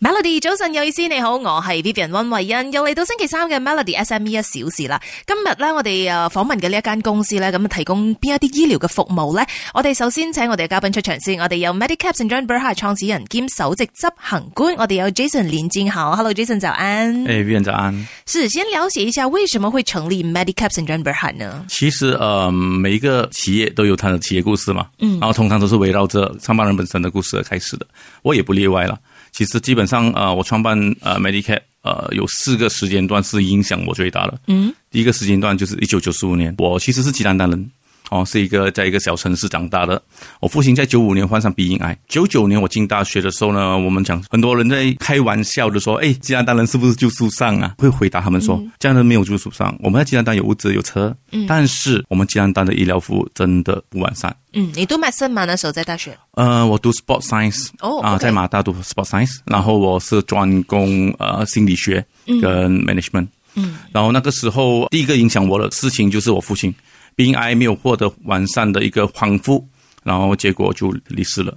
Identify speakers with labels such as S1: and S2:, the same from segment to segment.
S1: Melody 早晨有意思，你好，我係 Vivian 温慧欣，又嚟到星期三嘅 Melody SME 一小時啦。今日咧，我哋誒訪問嘅呢一間公司咧，咁啊提供邊一啲醫療嘅服務咧？我哋首先請我哋嘅嘉賓出場先，我哋有 Medicap St John Berhad 創始人兼首席執行官，我哋有 Jason 連戰豪，Hello Jason 早安。
S2: 哎，院长安。
S1: 是，先了解一下為什麼會成立 Medicap St John Berhad 呢？
S2: 其实呃，每一个企业都有它的企业故事嘛，嗯，然后通常都是围绕着创办人本身的故事而开始的，我也不例外了。其实基本上呃，我创办呃 Medicare 呃有四个时间段是影响我最大的，嗯，第一个时间段就是一九九五年，我其实是吉兰丹人。哦，是一个在一个小城市长大的。我父亲在九五年患上鼻咽癌，九九年我进大学的时候呢，我们讲很多人在开玩笑的说，哎，吉兰丹人是不是就树上啊？会回答他们说，吉兰丹没有住树上，我们在吉兰丹有屋子有车，但是我们吉兰丹的医疗服务真的不完善。
S1: 嗯，你讀 medicine 嘛那時候在大學，
S2: 呃，我读 sport science，
S1: 哦
S2: 啊，
S1: OK
S2: 在马大读 sport science，然后我是专攻呃心理学跟 management，嗯，然后那个时候第一个影响我的事情就是我父亲鼻咽癌没有获得完善的一个康复，然后结果就离世了。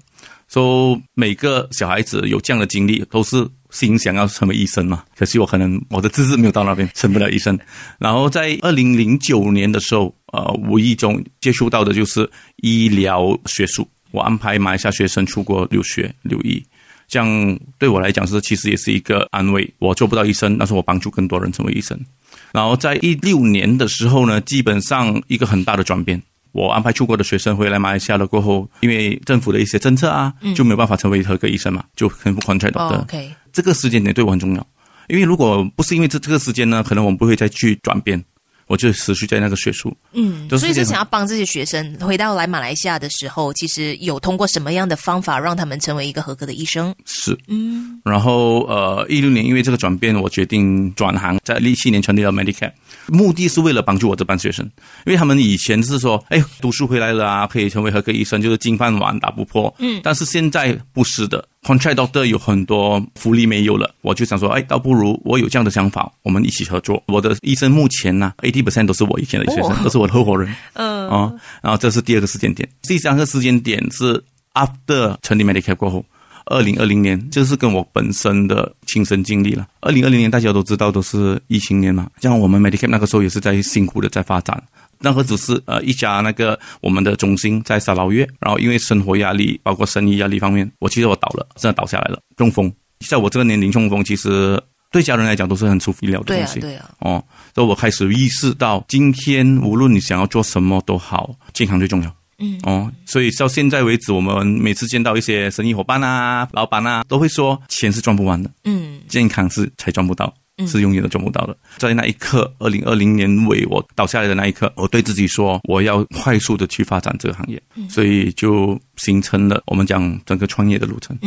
S2: 所、以每个小孩子有这样的经历，都是心想要成为医生嘛。可惜我可能我的资质没有到那边，成不了医生。然后在二零零九年的时候，呃，无意中接触到的就是医疗学术。我安排马来西亚学生出国留学留医，这样对我来讲是其实也是一个安慰。我做不到医生，但是我帮助更多人成为医生。然后在一六年的时候呢，基本上一个很大的转变。我安排出国的学生回来马来西亚了过后，因为政府的一些政策啊，就没有办法成为合格医生嘛，就很不 contract 的。
S1: 嗯哦，OK，
S2: 这个时间点对我很重要，因为如果不是因为这这个时间呢，可能我们不会再去转变，我就持续在那个学术。
S1: 嗯，
S2: 都是
S1: 所以
S2: 这
S1: 是
S2: 样
S1: 想要帮这些学生回到来马来西亚的时候，其实有通过什么样的方法让他们成为一个合格的医生？
S2: 是，嗯，然后呃，一六年因为这个转变，我决定转行，在一七年成立了 Medicare，目的是为了帮助我这班学生，因为他们以前是说，哎，读书回来了啊，可以成为合格医生，就是金饭碗打不破，嗯，但是现在不是的，contract doctor 有很多福利没有了，我就想说，哎，倒不如我有这样的想法，我们一起合作。我的医生目前呢、8 0 percent 都是我以前的学生，
S1: 哦
S2: 都是我的合伙人，嗯，啊，然后这是第二个时间点，第三个时间点是 after 成立 Medicare 过后。二零二零年，这是跟我本身的亲身经历了。二零二零年大家都知道都是疫情年嘛，像我们 Medicare 那个时候也是在辛苦的在发展。那个只是呃一家那个我们的中心在沙捞越，然后因为生活压力，包括生意压力方面，我其实我倒了，真的倒下来了，中风。在我这个年龄中风，其实对家人来讲都是很出乎意料的
S1: 对
S2: 东
S1: 啊
S2: 西。，
S1: 对啊，
S2: 哦，所以我开始意识到，今天无论你想要做什么都好，健康最重要。嗯，哦，所以到现在为止，我们每次见到一些生意伙伴啊、老板啊，都会说钱是赚不完的，
S1: 嗯，
S2: 健康是才赚不到，是永远都赚不到的。在那一刻，二零二零年尾我倒下来的那一刻，我对自己说，我要快速的去发展这个行业，所以就形成了我们讲整个创业的路程。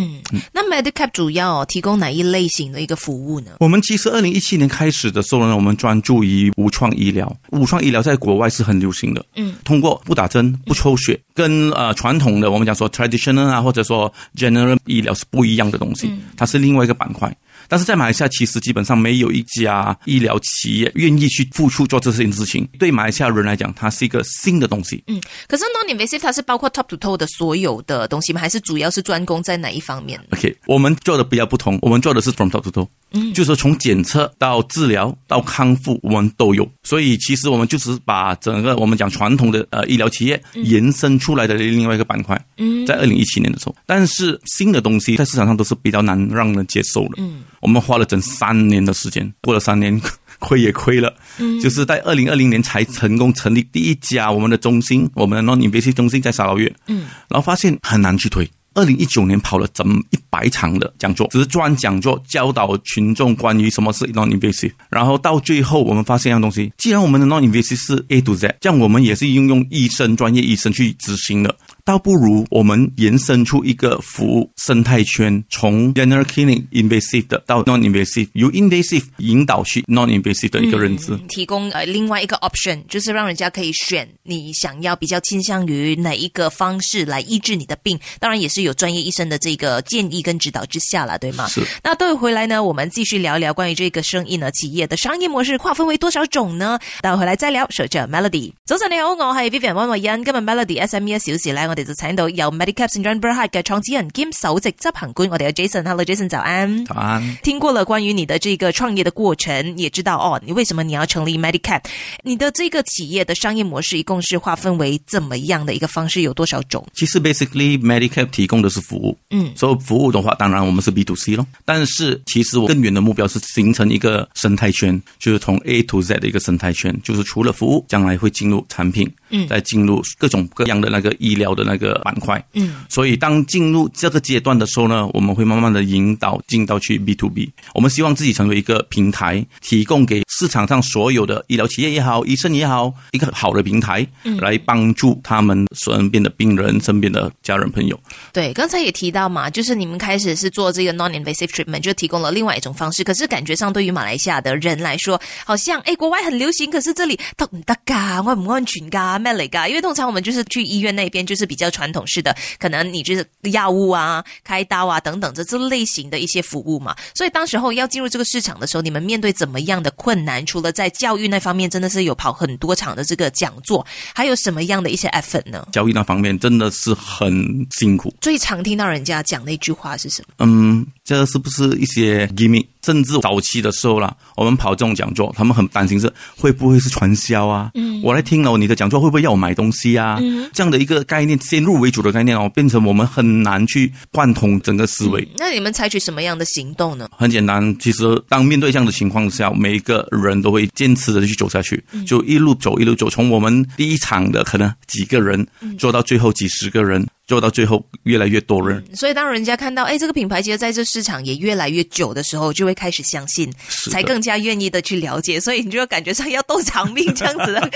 S1: 那 Medicap 主要哦提供哪一类型的一个服务呢？
S2: 我们其实二零一七年开始的时候呢，我们专注于无创医疗。无创医疗在国外是很流行的，嗯，通过不打针、不抽血，跟呃传统的我们讲说 traditional 啊，或者说 general 医疗是不一样的东西，它是另外一个板块。但是在马来西亚，其实基本上没有一家医疗企业愿意去付出做这件事情。对马来西亚人来讲，它是一个新的东西。
S1: 嗯，可是 non-invasive 它是包括 top to toe 的所有的东西吗？还是主要是专攻在哪一方面？
S2: OK，我们做的比较不同，我们做的是 from top to toe，嗯，就是说从检测到治疗到康复，我们都有。所以其实我们就是把整个我们讲传统的呃医疗企业延伸出来的另外一个板块，嗯，在二零一七年的时候，但是新的东西在市场上都是比较难让人接受的，嗯，我们花了整三年的时间，过了三年。亏也亏了，嗯，就是在二零二零年才成功成立第一家我们的中心，我们的 non-invasive 中心在沙捞越，嗯，然后发现很难去推。二零一九年跑了整一百场的讲座，只是专讲座教导群众关于什么是 non-invasive。然后到最后，我们发现一样东西，既然我们的 non-invasive 是 A to Z，这样我们也是应用医生、专业医生去执行的。倒不如我们延伸出一个服务生态圈，从 general clinic invasive 的到 non-invasive，由 invasive 引导去 non-invasive 的一个认知。
S1: 嗯提供呃另外一个 option，就是让人家可以选你想要比较倾向于哪一个方式来医治你的病，当然也是有有专业医生的这个建议跟指导之下了，对吗？
S2: 是。
S1: 那待会回来呢，我们继续聊一聊关于这个生意呢，企业的商业模式划分为多少种呢？待会回来再聊。守着 Melody，早晨你好，我系 Vivian 温慧欣。今日 Melody SME 一小時咧，我哋就請到由 Medicap St John b e r h a r d 嘅創始人兼首席執行官，我哋嘅 Jason，Hello Jason，早安。
S2: 早安。
S1: 听过了关于你的这个创业的过程，也知道哦，你为什么你要成立 Medicap？你的这个企业的商业模式一共是划分为怎么样的一个方式？有多少种？
S2: 其实 basically Medicare 提供的是服务，
S1: 嗯
S2: 所以服务的话，当然我们是 B to C 咯。但是其实我更远的目标是形成一个生态圈，就是从 A to Z 的一个生态圈，就是除了服务，将来会进入产品，嗯，再进入各种各样的那个医疗的那个板块，嗯。所以当进入这个阶段的时候呢，我们会慢慢的引导进到去 B to B。我们希望自己成为一个平台，提供给市场上所有的医疗企业也好，医生也好，一个好的平台，来帮助他们身边的病人、身边的家人朋友。
S1: 对，刚才也提到嘛，就是你们开始是做这个 non-invasive treatment，就提供了另外一种方式。可是感觉上，对于马来西亚的人来说，好像诶国外很流行，可是这里得唔得噶？安唔安全噶？咩嚟噶？因为通常我们就是去医院那边，就是比较传统式的，可能你就是药物啊、开刀啊等等这这类型的一些服务嘛。所以当时候要进入这个市场的时候，你们面对怎么样的困难？除了在教育那方面，真的是有跑很多场的这个讲座，还有什么样的一些 effort 呢？
S2: 交易那方面真的是很辛苦。
S1: 最常听到人家讲的一句话是什么？
S2: 嗯，这是不是一些 gimmick？甚至早期的时候啦，我们跑这种讲座，他们很担心是会不会是传销啊？嗯，我来听了你的讲座，会不会要我买东西啊？嗯，这样的一个概念，先入为主的概念哦，变成我们很难去贯通整个思维。
S1: 那你们采取什么样的行动呢？
S2: 很简单，其实当面对这样的情况下，每一个人都会坚持的去走下去，就一路走一路走，从我们第一场的可能几个人，做到最后几十个人，做到最后越来越多人。
S1: 所以当人家看到，哎，这个品牌其实在这市场也越来越久的时候，就会开始相信，
S2: 是的
S1: 才更加愿意的去了解。所以你就感觉上要斗长命这样子 的，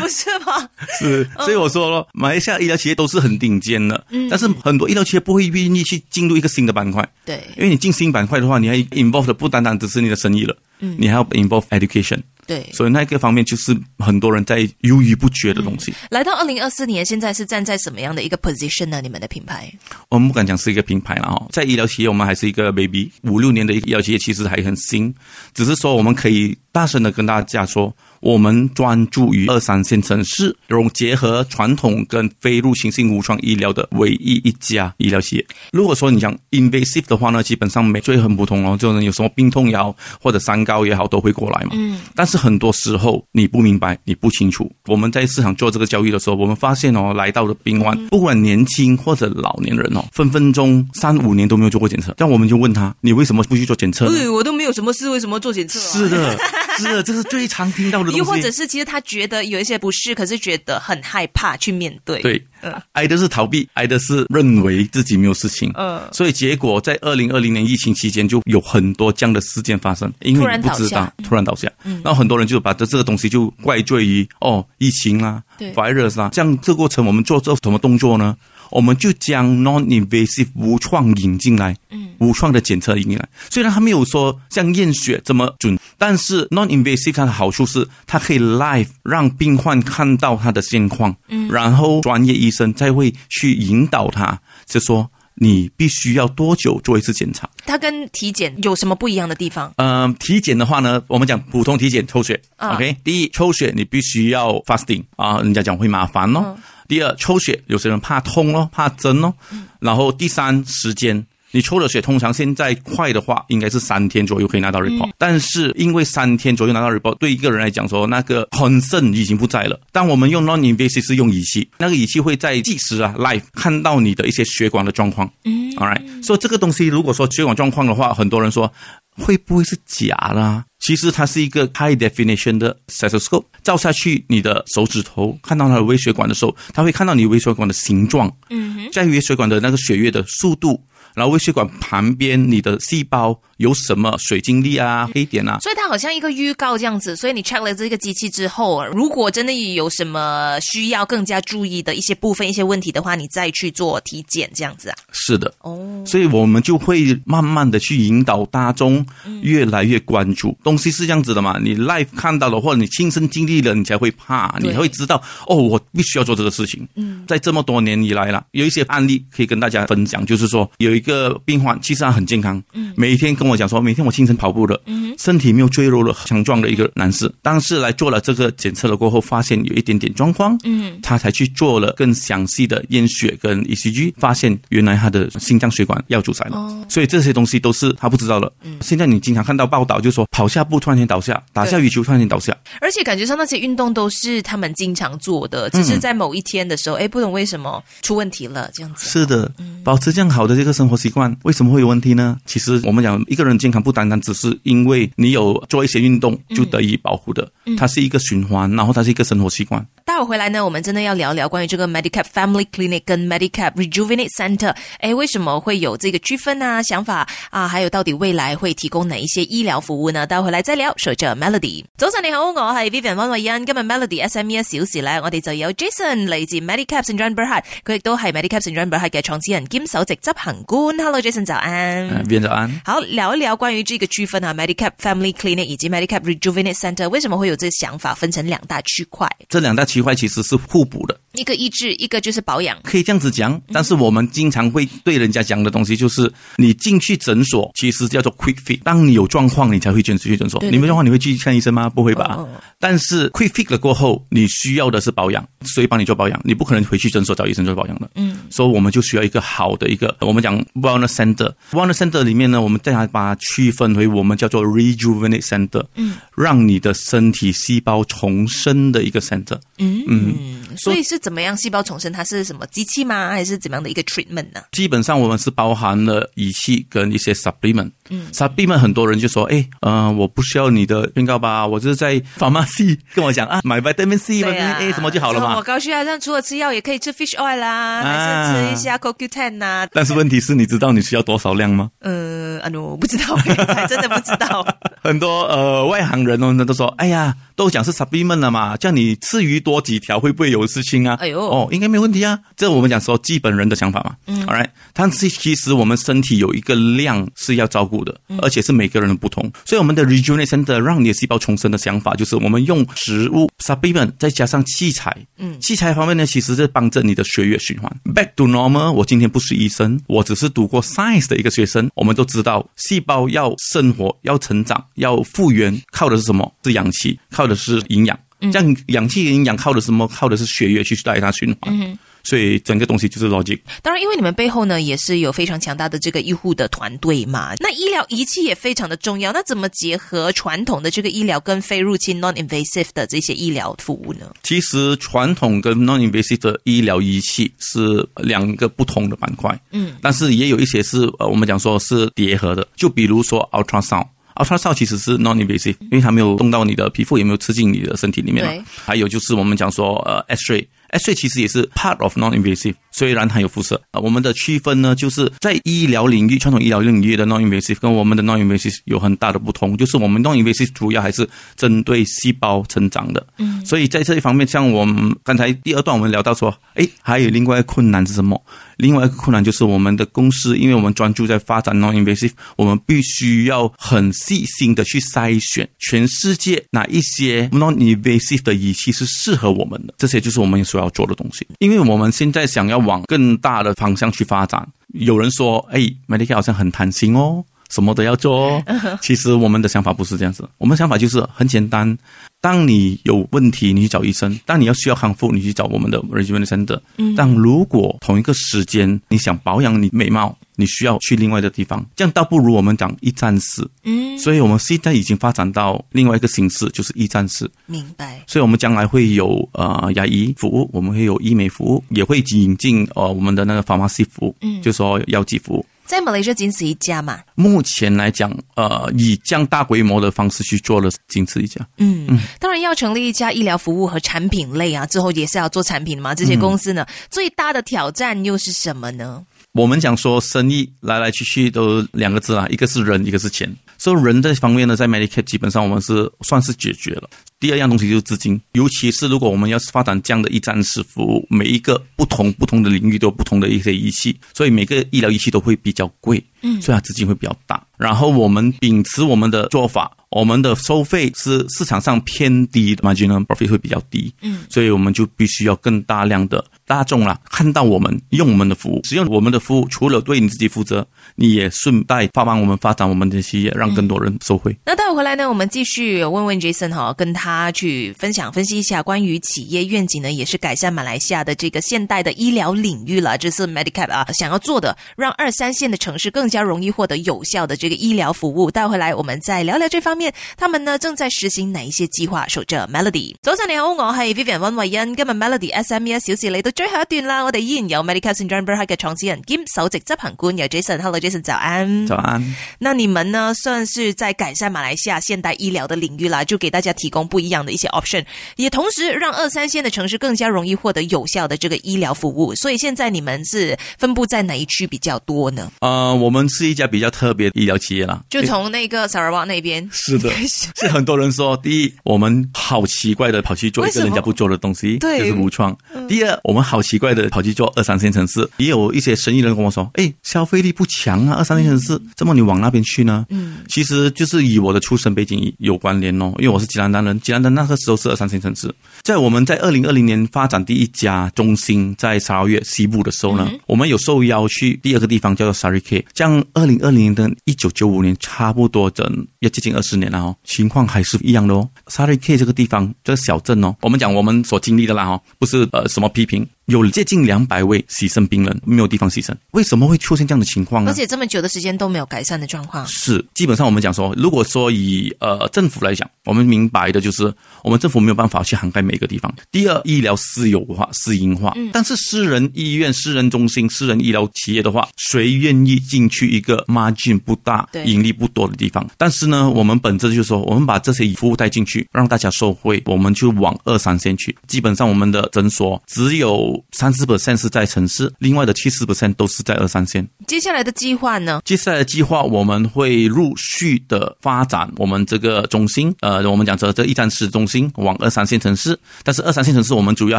S1: 不是吗？
S2: 是，
S1: 嗯
S2: 所以我说了，马来西亚医疗企业都是很顶尖的，但是很多医疗企业不会愿意去进入一个新的板块，
S1: 对
S2: 因为你进新板块的话，你还 involve 的不单单只是你的生意了，你还要 involve education，
S1: 嗯对。
S2: 所以那个方面就是很多人在犹豫不决的东西。
S1: 来到二零二四年，现在是站在什么样的一个 position 呢？你们的品牌
S2: 我们不敢讲是一个品牌了哈，在医疗企业我们还是一个 baby，五六年的一个医疗企业其实还很新，只是说我们可以大声的跟大家说，我们专注于二三线城市，融结合传统跟非入侵性无创医疗的唯一一家医疗企业。如果说你讲 invasive 的话呢，基本上每最很普通哦，就是有什么病痛也好，或者三高也好，都会过来嘛。嗯。但是很多时候你不明白，你不清楚。我们在市场做这个交易的时候，我们发现哦，来到的病患，
S1: 嗯
S2: 不管年轻或者老年人哦，分分钟三五年都没有做过检测。但我们就问他，你为什么不去做检测呢？
S1: 哎对我都没有什么事，为什么做检测、啊？
S2: 是的，是的，这是最常听到 的东西。
S1: 又或者是其实他觉得有一些不适，可是觉得很害怕去面对。
S2: 对
S1: 嗯，
S2: 挨的是逃避，挨的是认为自己没有事情。
S1: 嗯
S2: 所以结果在二零二零年疫情期间就有很多这样的事件发生，因
S1: 突
S2: 为
S1: 然
S2: 你不
S1: 倒
S2: 知道
S1: 下
S2: 突然倒下，然后很多人就把这这个东西就怪罪于哦疫情啦、
S1: 对
S2: virus 啦、这样这过程我们做做什么动作呢？我们就将 non-invasive 无创引进来，嗯，无创的检测引进来。虽然它没有说像验血这么准，但是 non-invasive 它的好处是它可以 live 让病患看到他的现况，嗯，然后专业医生才会去引导他，就说你必须要多久做一次检查。
S1: 它跟体检有什么不一样的地方？
S2: 嗯、体检的话呢，我们讲普通体检抽血、
S1: 啊
S2: o k 第一，抽血你必须要 fasting 啊，人家讲会麻烦咯。第二，抽血有些人怕痛哦，怕针哦。然后第三，时间。你抽的血通常现在快的话，应该是三天左右可以拿到 report，、但是因为三天左右拿到 report，对一个人来讲说，那个 concern 已经不在了。但我们用 non-invasive 是用仪器，那个仪器会在计时啊 live 看到你的一些血管的状况。嗯，all right，所、以这个东西如果说血管状况的话，很多人说会不会是假啦、其实它是一个 high definition 的 stethoscope，照下去你的手指头看到它的微血管的时候，它会看到你微血管的形状，嗯，在微血管的那个血液的速度，然后胃血管旁边你的细胞有什么水晶粒啊、黑点啊，
S1: 所以它好像一个预告这样子。所以你 check 了这个机器之后，如果真的有什么需要更加注意的一些部分、一些问题的话，你再去做体检这样子啊。
S2: 是的，
S1: 哦，
S2: 所以我们就会慢慢的去引导大众越来越关注。东西是这样子的嘛，你 live 看到了或者你亲身经历了，你才会怕，
S1: 对
S2: 你才会知道哦，我必须要做这个事情。嗯，在这么多年以来啦，有一些案例可以跟大家分享，就是说有一个病患其实他很健康，嗯，每天跟我讲说，每天我清晨跑步的，嗯，身体没有赘肉了，强壮的一个男士，但是来做了这个检测了过后，发现有一点点状况，嗯，他才去做了更详细的验血跟 ECG，发现原来他的心脏血管要阻塞了，所以这些东西都是他不知道的。现在你经常看到报道，就说跑下步突然间倒下，打下羽球突然间倒下，
S1: 而且感觉上那些运动都是他们经常做的，只是在某一天的时候，哎、不懂为什么出问题了这样子。
S2: 是的，保持这样好的这个生活习惯，为什么会有问题呢？其实我们讲，一个人健康不单单只是因为你有做一些运动就得以保护的，它是一个循环，然后它是一个生活习惯。
S1: 待会回来呢，我们真的要聊聊关于这个 Medicap Family Clinic 跟 Medicap Rejuvenate Center，哎，为什么会有这个区分啊、想法啊，还有到底未来会提供哪一些医疗服务呢？待会回来再聊。守着 Melody，早晨你好，我係 Vivian 温慧欣。今日 Melody SME 一小時咧，我哋就有 Jason 嚟自 Medicap St John Berhad，佢亦都係 Medicap St John Berhad 嘅創始人兼首席執行官。Hello Jason，早安。
S2: 嗯，边早安。
S1: 好，聊一聊关于这个区分啊，Medicap Family Clinic 以及 Medicap Rejuvenate Center 为什么会有这想法分成两大区块？
S2: 这两大区块其实是互补的，
S1: 一个医治，一个就是保养。
S2: 可以这样子讲。但是我们经常会对人家讲的东西就是，你进去诊所其实叫做 quick fix，当你有状况你才会进去诊所。
S1: 对对
S2: 你没状况你会去看医生吗？不会吧。
S1: 嗯嗯
S2: 但是 quick fix 了过后，你需要的是保养，谁帮你做保养？你不可能回去诊所找医生做保养的。嗯，所以我们就需要一个好的一个，我们讲 wellness center。wellness center 里面呢，我们再来把它区分为我们叫做 rejuvenate center，嗯，让你的身体细胞重生的一个 center。嗯
S1: 所以是怎么样细胞重生？它是什么机器吗？还是怎么样的一个 treatment 呢、
S2: 基本上我们是包含了仪器跟一些 supplement。嗯，supplement 很多人就说，哎，呃，我不需要你的宣告吧，我就是在 pharmacy 跟我讲啊，买 vitamin C、vitamin A 啊什么就好了
S1: 啊我
S2: 嘛。
S1: 高血压，但除了吃药也可以吃 fish oil 啦，
S2: 啊
S1: 还是吃一下 CoQ10 呐、
S2: 但是问题是，你知道你需要多少量吗？
S1: 嗯，啊 no，我不知道， 还真的不知 道。
S2: 很多呃外行人哦，那都说，哎呀，都讲是 supplement 了嘛，叫你吃鱼多几条会不会有事情啊？
S1: 哎呦
S2: 哦，应该没问题啊。这我们讲说基本人的想法嘛。嗯，All right，但是其实我们身体有一个量是要照顾的，而且是每个人的不同。所以我们的 rejuvenation 的让你的细胞重生的想法，就是我们用食物 supplement 再加上器材。嗯，器材方面呢，其实是帮着你的血液循环。Back to normal，我今天不是医生，我只是读过 science 的一个学生。我们都知道，细胞要生活、要成长、要复原，靠的是什么？是氧气，靠的是营养。这样氧气营养靠的是什么？靠的是血液去带它循环。所以整个东西就是 logic。
S1: 当然，因为你们背后呢也是有非常强大的这个医护的团队嘛，那医疗仪器也非常的重要。那怎么结合传统的这个医疗跟非入侵 （non-invasive） 的这些医疗服务呢？
S2: 其实传统跟 non-invasive 的医疗仪器是两个不同的板块，嗯，但是也有一些是呃，我们讲说是叠合的，就比如说 ultrasound。ultrasound 其实是 non-invasive，因为它没有动到你的皮肤，也没有吃进你的身体里面嘛
S1: 对。
S2: 还有就是我们讲说呃 X-ray。X-ray 其实也是 part of non-invasive，虽然它有辐射。呃，我们的区分呢，就是在医疗领域，传统医疗领域的 non-invasive 跟我们的 non-invasive 有很大的不同，就是我们 non-invasive 主要还是针对细胞成长的。嗯，所以在这一方面，像我们刚才第二段我们聊到说，诶，还有另外一个困难是什么？另外一个困难就是我们的公司，因为我们专注在发展 non-invasive，我们必须要很细心的去筛选全世界哪一些 non-invasive 的仪器是适合我们的，这些就是我们所要做的东西。因为我们现在想要往更大的方向去发展，有人说，哎 m e d i c a 好像很贪心哦。什么都要做哦。其实我们的想法不是这样子，我们想法就是很简单。当你有问题，你去找医生；当你要需要康复，你去找我们的 r e g i m e n t center。但如果同一个时间你想保养你美貌，你需要去另外的地方，这样倒不如我们讲一站式。嗯，所以我们现在已经发展到另外一个形式，就是一站式。
S1: 明白。
S2: 所以我们将来会有呃牙医服务，我们会有医美服务，也会引进呃我们的那个法 h 西服务，嗯，就说药剂服务。
S1: 在马来西亚仅此一家嘛，
S2: 目前来讲，呃，以这样大规模的方式去做了，仅此一家。
S1: 嗯，当然要成立一家医疗服务和产品类啊，之后也是要做产品嘛。这些公司呢，最大的挑战又是什么呢？
S2: 我们讲说生意来来去去都两个字啊，一个是人，一个是钱。所以人这方面呢，在 Medicare 基本上我们是算是解决了。第二样东西就是资金，尤其是如果我们要发展这样的一站式服务，每一个不同不同的领域都有不同的一些仪器，所以每个医疗仪器都会比较贵，嗯，所以它资金会比较大。然后我们秉持我们的做法，我们的收费是市场上偏低的，margin profit 会比较低，嗯，所以我们就必须要更大量的大众啦，看到我们用我们的服务，只要我们的服务除了对你自己负责，你也顺带帮帮我们发展我们的企业，让更多人受惠。
S1: 那待会回来呢，我们继续问问 Jason 哈，跟他去分享分析一下关于企业愿景呢，也是改善马来西亚的这个现代的医疗领域了。这是 Medicap 啊想要做的，让二三线的城市更加容易获得有效的这个医疗服务。待会来我们再聊聊这方面，他们呢正在实行哪一些计划？守着 Melody，早晨你好，我係 Vivian 温慧欣。今日 Melody SME 一小時嚟到最後一段啦，我哋依然有 Medicap St. John b e r h 嘅創始人兼首席執行官有 Jason，Hello Jason，早安。
S2: 早安。
S1: 那你们呢，算是在改善马来西亚现代医疗的领域啦，就给大家提供不一样的一些 option，也同时让二三线的城市更加容易获得有效的这个医疗服务。所以现在你们是分布在哪一区比较多呢？
S2: 呃，我们是一家比较特别的医疗企业啦，
S1: 就从那个萨尔瓦那边
S2: 是的
S1: 开始，
S2: 是很多人说，第一，我们好奇怪的跑去做一
S1: 为什
S2: 个
S1: 么
S2: 人家不做的东西，
S1: 对嗯
S2: 就是无创。第二，我们好奇怪的跑去做二三线城市，也有一些生意人跟我说，哎，消费力不强啊，二三线城
S1: 嗯
S2: 市，怎么你往那边去呢？嗯，其实就是与我的出身背景有关联哦，因为我是吉兰丹人，吉兰丹那个时候是二三线城市，在我们在二零二零年发展第一家中心在沙捞越西部的时
S1: 嗯
S2: 候呢，我们有受邀去第二个地方叫做 Sarike，这样二零二零年跟一九九五年差不多整要接近二十年了哦，情况还是一样的哦。Sarike 这个地方这个小镇哦，我们讲我们所经历的啦哦，不是呃什么批评，有接近两百位牺牲病人没有地方牺牲，为什么会出现这样的情况 呢？
S1: 而且这么久的时间都没有改善的状况。
S2: 是，基本上我们讲说，如果说以呃政府来讲，我们明白的就是，我们政府没有办法去涵盖每个地方。第二，医疗私有化、私营化，但是私人医院、私人中心、私人医疗企业的话，谁愿意进去一个 margin 不大
S1: 对、
S2: 盈利不多的地方？但是呢，我们本质就是说，我们把这些服务带进去，让大家受惠，我们就往二三线去。基本上我们的诊所只有三十 percent 是在城市，另外的七十 percent 都是在二三线。
S1: 接下来的计划呢？
S2: 接下来的计划，我们会陆续的发展我们这个中心，呃，我们讲这这一站式中心往二三线城市，但是二三线城市我们主要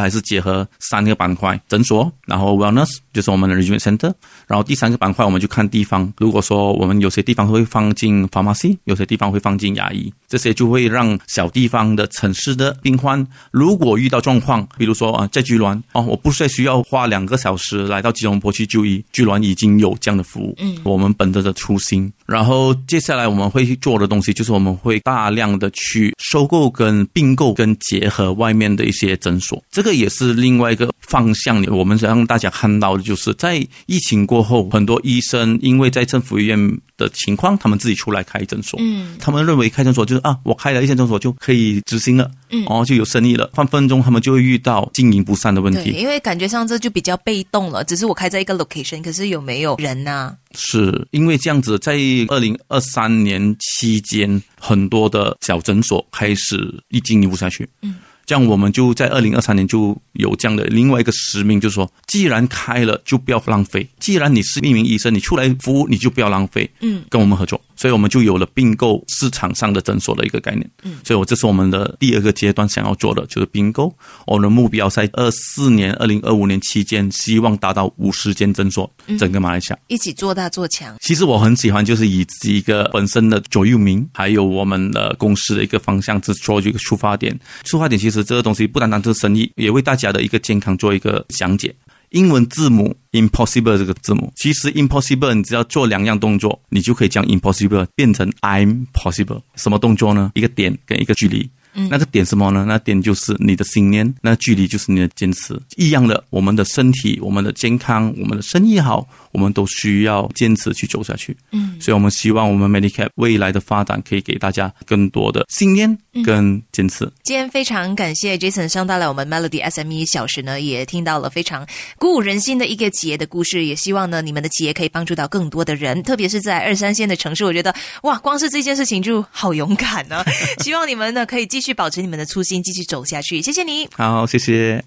S2: 还是结合三个板块：诊所，然后 wellness 就是我们的 region center，然后第三个板块我们就看地方。如果说我们有些地方会放进 pharmacy，有些地方会放进牙医，这些就会让小地方的城市的病患，如果遇到状况，比如说啊，在居銮哦，我不再需要花两个小时来到吉隆坡去就医，居銮已经有这样的服务。嗯，我们本着的初心，然后接下来我们会去做的东西就是我们会大量的去收购跟并购跟结合外面的一些诊所，这个也是另外一个方向。我们想让大家看到的就是在疫情过后，很多医生因为在政府医院的情况，他们自己出来开诊所。嗯，他们认为开诊所就是啊，我开了一些诊所就可以执行了，嗯，哦就有生意了。分分钟他们就会遇到经营不善的问
S1: 对，
S2: 题。
S1: 因为感觉上这就比较被动了，只是我开在一个 location，可是有没有人啊呐、
S2: 是因为这样子，在二零二三年期间，很多的小诊所开始一经营不下去。嗯。这样我们就在二零二三年就有这样的另外一个使命，就是说，既然开了就不要浪费，既然你是一名医生，你出来服务你就不要浪费，嗯，跟我们合作，所以我们就有了并购市场上的诊所的一个概念，嗯，所以我这是我们的第二个阶段想要做的就是并购，我们的目标在二四年、二零二五年期间，希望达到五十间诊所，整个马来西亚。
S1: 一起做大做强。
S2: 其实我很喜欢，就是以自己一个本身的左右铭，还有我们的公司的一个方向，去做一个出发点。出发点其实这个东西不单单是生意，也为大家的一个健康做一个讲解。英文字母 impossible 这个字母，其实 impossible 你只要做两样动作，你就可以将 impossible 变成 I'm possible。什么动作呢？一个点跟一个距离。那个点是什么呢？那点就是你的信念，那距离就是你的坚持。一样的，我们的身体、我们的健康、我们的生意好，我们都需要坚持去走下去。嗯，所以我们希望我们 Medicap 未来的发展可以给大家更多的信念跟坚持。
S1: 今天非常感谢 Jason 上到来我们 Melody SME 一小时呢，也听到了非常鼓舞人心的一个企业的故事，也希望呢你们的企业可以帮助到更多的人，特别是在二三线的城市，我觉得哇，光是这件事情就好勇啊 敢呢、希望你们呢可以继续保持你们的初心，继续走下去。谢谢你。
S2: 好，谢谢。